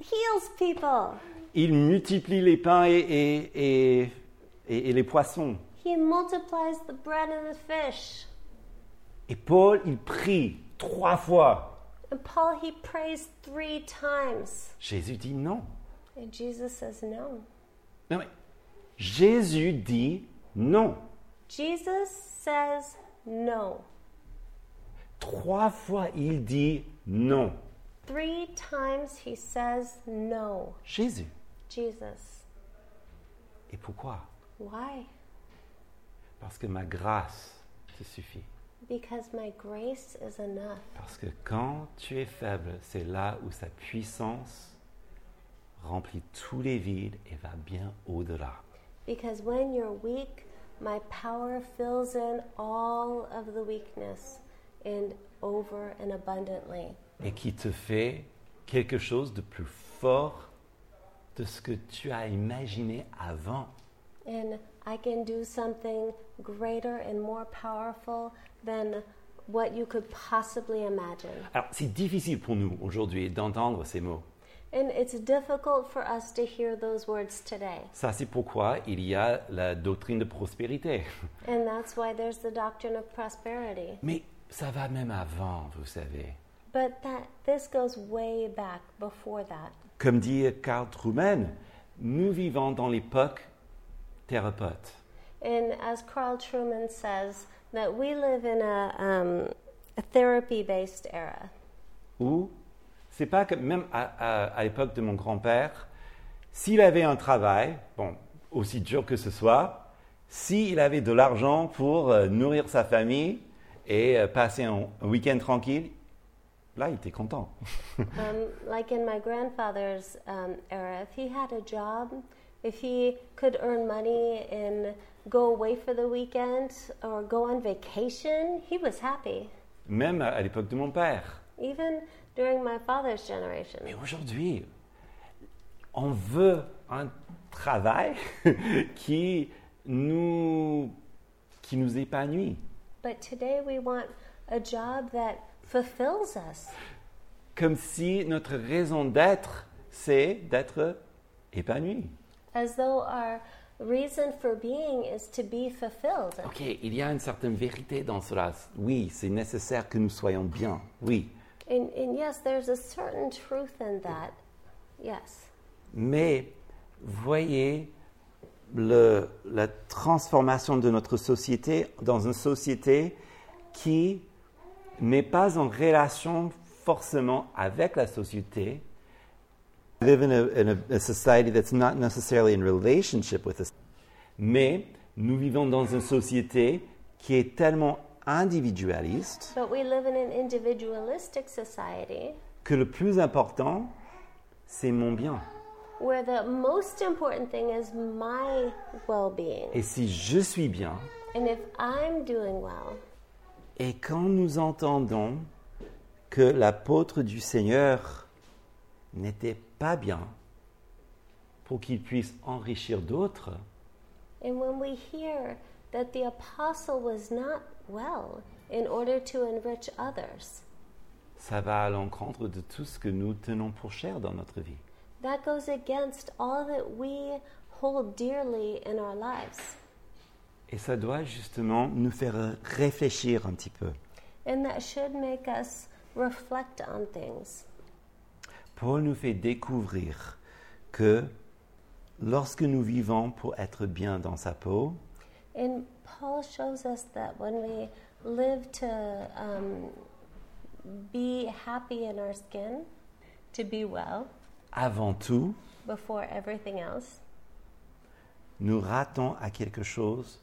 Speaker 2: heals people.
Speaker 1: Il multiplie les pains et, et- et- et- et les poissons.
Speaker 2: He multiplies the bread and the fish.
Speaker 1: Et Paul, il prie trois fois.
Speaker 2: And Paul, he prays three times.
Speaker 1: Jésus dit non.
Speaker 2: And Jesus says no.
Speaker 1: Non mais Jésus dit non.
Speaker 2: Jesus says no.
Speaker 1: Trois fois, il dit non.
Speaker 2: Three times he says no.
Speaker 1: Jésus.
Speaker 2: Jesus,
Speaker 1: Et pourquoi
Speaker 2: why?
Speaker 1: Parce que ma grâce te suffit.
Speaker 2: Because my grace is enough.
Speaker 1: Parce que quand tu es faible, c'est là où sa puissance remplit tous les vides et va bien au-delà.
Speaker 2: Because when you're weak, my power fills in all of the weakness and over and abundantly.
Speaker 1: Et qui te fait quelque chose de plus fort de ce que tu as imaginé avant.
Speaker 2: And I can do something greater and more powerful than what you could possibly imagine.
Speaker 1: Alors c'est difficile pour nous aujourd'hui d'entendre ces mots.
Speaker 2: And it's difficult for us to hear those words today.
Speaker 1: Ça c'est pourquoi il y a la doctrine de prospérité. (laughs)
Speaker 2: And that's why there's the doctrine of prosperity.
Speaker 1: Mais ça va même avant, vous savez.
Speaker 2: But that this goes way back before that.
Speaker 1: Comme dit Karl Truman, nous vivons dans l'époque thérapeute.
Speaker 2: And as Carl Truman says, that we live in a, um, a therapy based era.
Speaker 1: Ou, c'est pas que même à, à- à l'époque de mon grand-père, s'il avait un travail, bon, aussi dur que ce soit, s'il avait de l'argent pour euh, nourrir sa famille et euh, passer un, un week-end tranquille, là, il était content.
Speaker 2: Um, like in my grandfather's um, era, if he had a job, if he could earn money and go away for the weekend or go on vacation, he was happy,
Speaker 1: Même à, à l'époque de mon père.
Speaker 2: even during my father's
Speaker 1: Mais
Speaker 2: generation.
Speaker 1: aujourd'hui, on veut un travail (laughs) qui nous, qui nous épanouit.
Speaker 2: But today we want a job that fulfills us,
Speaker 1: comme si notre raison d'être, c'est d'être épanoui.
Speaker 2: as though our reason for being is to be fulfilled.
Speaker 1: Ok, il y a une certaine vérité dans cela. Oui, c'est nécessaire que nous soyons bien. Oui.
Speaker 2: And, and yes, there's a certain truth in that. Yes.
Speaker 1: Mais voyez le- la transformation de notre société dans une société qui n'est pas en relation forcément avec la société. We live in a, in a- a society that's not necessarily in relationship with us. Mais nous vivons dans une société qui est tellement individualiste
Speaker 2: But we live in an individualistic society
Speaker 1: que le plus important, c'est mon bien.
Speaker 2: where the most important thing is my well being.
Speaker 1: Et si je suis bien,
Speaker 2: And if I'm doing well,
Speaker 1: Et quand nous entendons que l'apôtre du Seigneur n'était pas bien pour qu'il puisse enrichir d'autres,
Speaker 2: And when we hear that the apostle was not well in order to enrich others,
Speaker 1: ça va à l'encontre de tout ce que nous tenons pour cher dans notre vie.
Speaker 2: that goes against all that we hold dearly in our lives.
Speaker 1: Et ça doit justement nous faire euh, réfléchir un petit peu.
Speaker 2: And that should make us reflect on things.
Speaker 1: Paul nous fait découvrir que lorsque nous vivons pour être bien dans sa peau,
Speaker 2: And Paul shows us that when we live to um, be happy in our skin, to be well
Speaker 1: avant tout,
Speaker 2: before everything else,
Speaker 1: nous ratons à quelque chose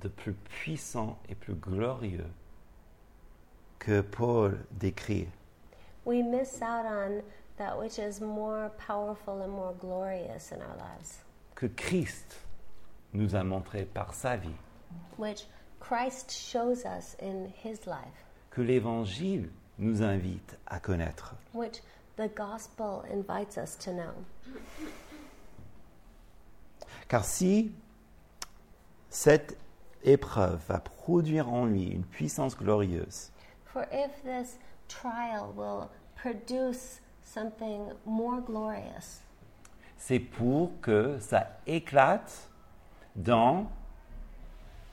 Speaker 1: de plus puissant et plus glorieux que Paul décrit.
Speaker 2: we miss out on that which is more powerful and more glorious in our lives,
Speaker 1: que Christ nous a montré par sa vie,
Speaker 2: which Christ shows us in his life,
Speaker 1: que l'Évangile nous invite à connaître.
Speaker 2: which the gospel invites us to know.
Speaker 1: Car si cette épreuve va produire en lui une puissance glorieuse,
Speaker 2: For if this trial will produce something more glorious,
Speaker 1: c'est pour que ça éclate dans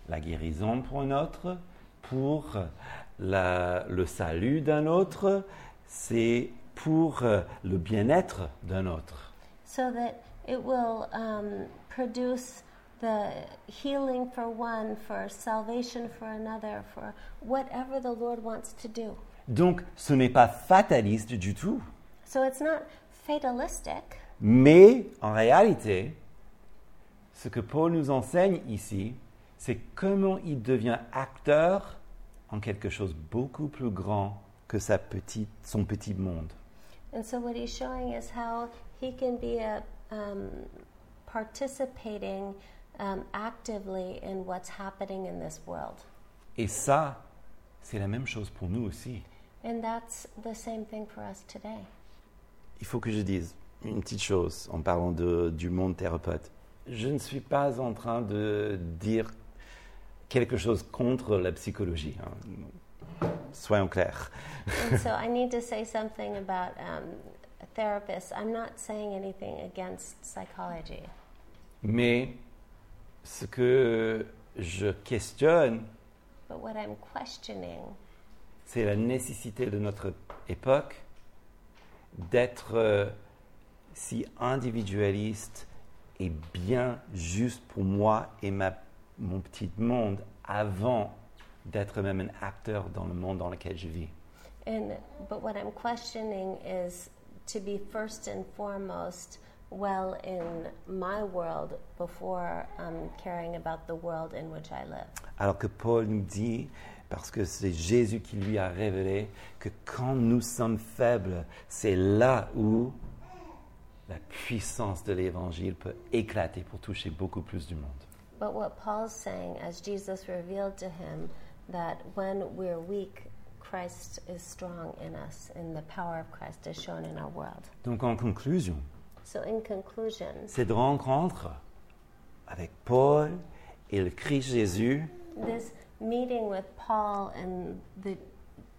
Speaker 1: la guérison pour un autre, pour la- le salut d'un autre, c'est pour euh, le bien-être d'un autre.
Speaker 2: so that it will um, produce the healing for one, for salvation for another, for whatever the Lord wants to do.
Speaker 1: Donc ce n'est pas fataliste du tout,
Speaker 2: So it's not fatalistic,
Speaker 1: mais en réalité, ce que Paul nous enseigne ici, c'est comment il devient acteur en quelque chose beaucoup plus grand que sa petite, son petit monde.
Speaker 2: and so what he's showing is how he can be a um, participating um, actively in what's happening in this world.
Speaker 1: Et ça, c'est la même chose pour nous aussi.
Speaker 2: And that's the same thing for us today.
Speaker 1: Il faut que je dise une petite chose en parlant de- du monde thérapeute. Je ne suis pas en train de dire quelque chose contre la psychologie. hein. Soyons clairs.
Speaker 2: And so I need to say something about um, therapists. I'm not saying anything against psychology,
Speaker 1: Mais ce que je questionne,
Speaker 2: but what I'm questioning
Speaker 1: c'est la nécessité de notre époque d'être euh, si individualiste et bien juste pour moi et ma, mon petit monde avant d'être même un acteur dans le monde dans lequel je vis.
Speaker 2: and but what I'm questioning is to be first and foremost well in my world before um, caring about the world in which I live.
Speaker 1: Alors que Paul nous dit, parce que c'est Jésus qui lui a révélé, que quand nous sommes faibles, c'est là où la puissance de l'Évangile peut éclater pour toucher beaucoup plus du monde.
Speaker 2: But what Paul's saying, as Jesus revealed to him, that when we're weak, Christ is strong in us, and the power of Christ is shown in our world.
Speaker 1: Donc en conclusion,
Speaker 2: So, in conclusion,
Speaker 1: cette rencontre avec Paul et le Christ Jésus,
Speaker 2: this meeting with Paul and the,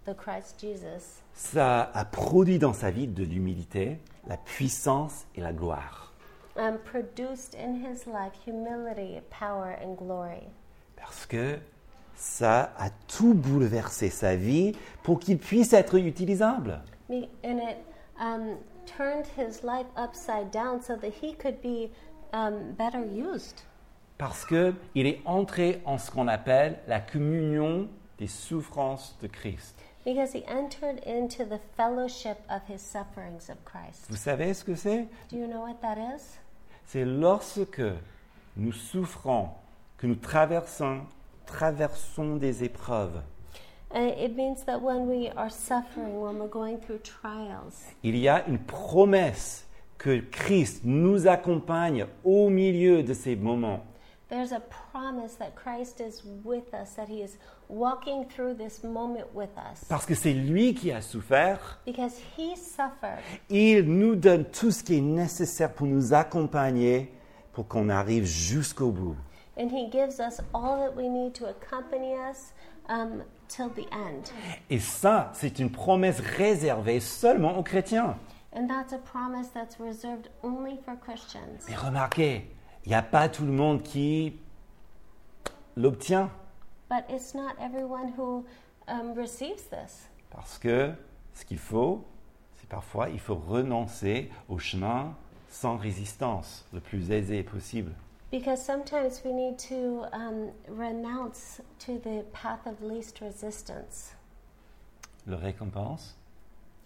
Speaker 2: the Christ Jesus,
Speaker 1: ça a produit dans sa vie de l'humilité, la puissance et la gloire.
Speaker 2: um, produced in his life humility, power, and glory.
Speaker 1: Parce que ça a tout bouleversé sa vie pour qu'il puisse être utilisable.
Speaker 2: Me- And it um, turned his life upside down so that he could be um, better used.
Speaker 1: Parce qu'il est entré en ce qu'on appelle la communion des souffrances de Christ.
Speaker 2: Because he entered into the fellowship of his sufferings of Christ.
Speaker 1: Vous savez ce que c'est
Speaker 2: Do you know what that is?
Speaker 1: C'est lorsque nous souffrons, que nous traversons, traversons des épreuves.
Speaker 2: Uh, it means that when we are suffering, when we're going through trials,
Speaker 1: Il y a une promesse que Christ nous accompagne au milieu de ces moments.
Speaker 2: There's a promise that Christ is with us, that He is walking through this moment with us.
Speaker 1: Parce que c'est lui qui a souffert,
Speaker 2: Because He suffered,
Speaker 1: il nous donne tout ce qui est nécessaire pour nous accompagner pour qu'on arrive jusqu'au bout.
Speaker 2: and He gives us all that we need to accompany us um, till the end.
Speaker 1: Et ça, c'est une promesse réservée seulement aux chrétiens.
Speaker 2: And that's a promise that's reserved only for Christians.
Speaker 1: Mais remarquez, il n'y a pas tout le monde qui l'obtient
Speaker 2: But it's not everyone who um, receives this.
Speaker 1: parce que ce qu'il faut, c'est parfois il faut renoncer au chemin sans résistance, le plus aisé possible.
Speaker 2: Because sometimes we need to um, renounce to the path of least resistance.
Speaker 1: Le récompense,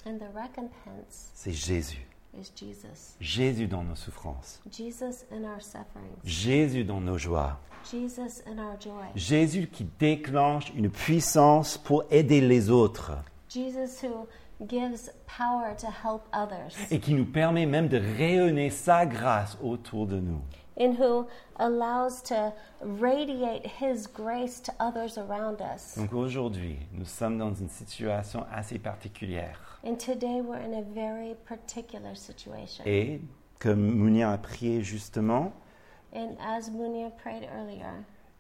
Speaker 2: And the recompense
Speaker 1: c'est Jésus.
Speaker 2: is Jesus.
Speaker 1: Jésus dans nos souffrances,
Speaker 2: Jesus in our sufferings,
Speaker 1: Jésus dans nos joies,
Speaker 2: Jesus in our joy,
Speaker 1: Jésus qui déclenche une puissance pour aider les autres
Speaker 2: Jesus who gives power to help others,
Speaker 1: et qui nous permet même de rayonner sa grâce autour de nous.
Speaker 2: and who allows to radiate His grace to others around us.
Speaker 1: Donc aujourd'hui, nous sommes dans une situation assez particulière.
Speaker 2: And today we're in a very particular situation.
Speaker 1: Et comme Mounir a prié justement,
Speaker 2: And as Munir prayed earlier,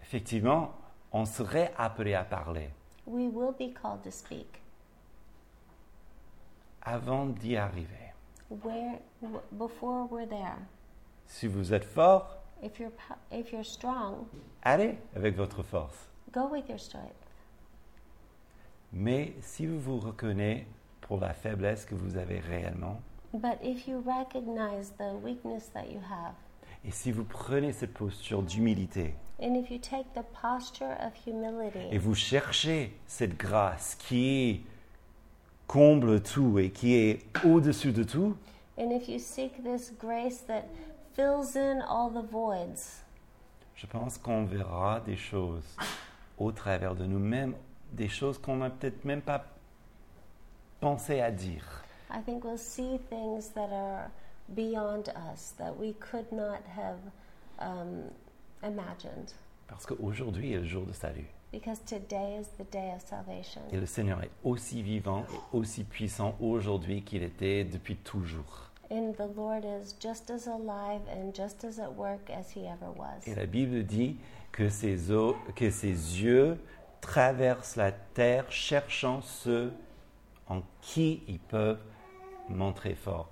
Speaker 1: effectivement, on serait appelé à parler.
Speaker 2: we will be called to speak.
Speaker 1: Avant d'y arriver,
Speaker 2: where w- before we're there.
Speaker 1: si vous êtes fort,
Speaker 2: If you're po- if you're strong,
Speaker 1: allez avec votre force.
Speaker 2: go with your strength.
Speaker 1: Mais si vous vous reconnaissez pour la faiblesse que vous avez réellement,
Speaker 2: But if you recognize the weakness that you have,
Speaker 1: et si vous prenez cette posture d'humilité,
Speaker 2: and if you take the posture of
Speaker 1: et
Speaker 2: humility,
Speaker 1: vous cherchez cette grâce qui comble tout et qui est au-dessus de tout,
Speaker 2: and if you seek this grace that fills in all the voids,
Speaker 1: Je pense qu'on verra des choses au travers de nous-mêmes, des choses qu'on n'a peut-être même pas pensé à dire.
Speaker 2: I think we'll see things that are beyond us that we could not have um, imagined.
Speaker 1: Parce qu'aujourd'hui est le jour de salut.
Speaker 2: Because today is the day of salvation.
Speaker 1: Et le Seigneur est aussi vivant et aussi puissant aujourd'hui qu'il était depuis toujours.
Speaker 2: And the Lord is just as alive and just as at work as he ever was.
Speaker 1: Et la Bible dit que ses, eaux- que ses yeux traversent la terre cherchant ceux en qui ils peuvent montrer fort.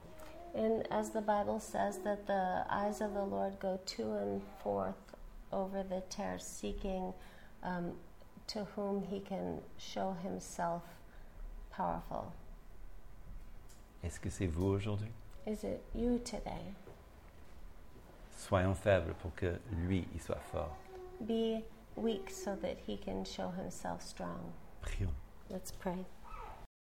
Speaker 2: And as the Bible says, that the eyes of the Lord go to and forth over the terror, seeking um, to whom he can show himself powerful.
Speaker 1: Est-ce que c'est vous aujourd'hui
Speaker 2: Is it you today?
Speaker 1: Soyons faibles pour que lui, il soit fort.
Speaker 2: Be weak so that he can show himself strong.
Speaker 1: Prions.
Speaker 2: Let's pray.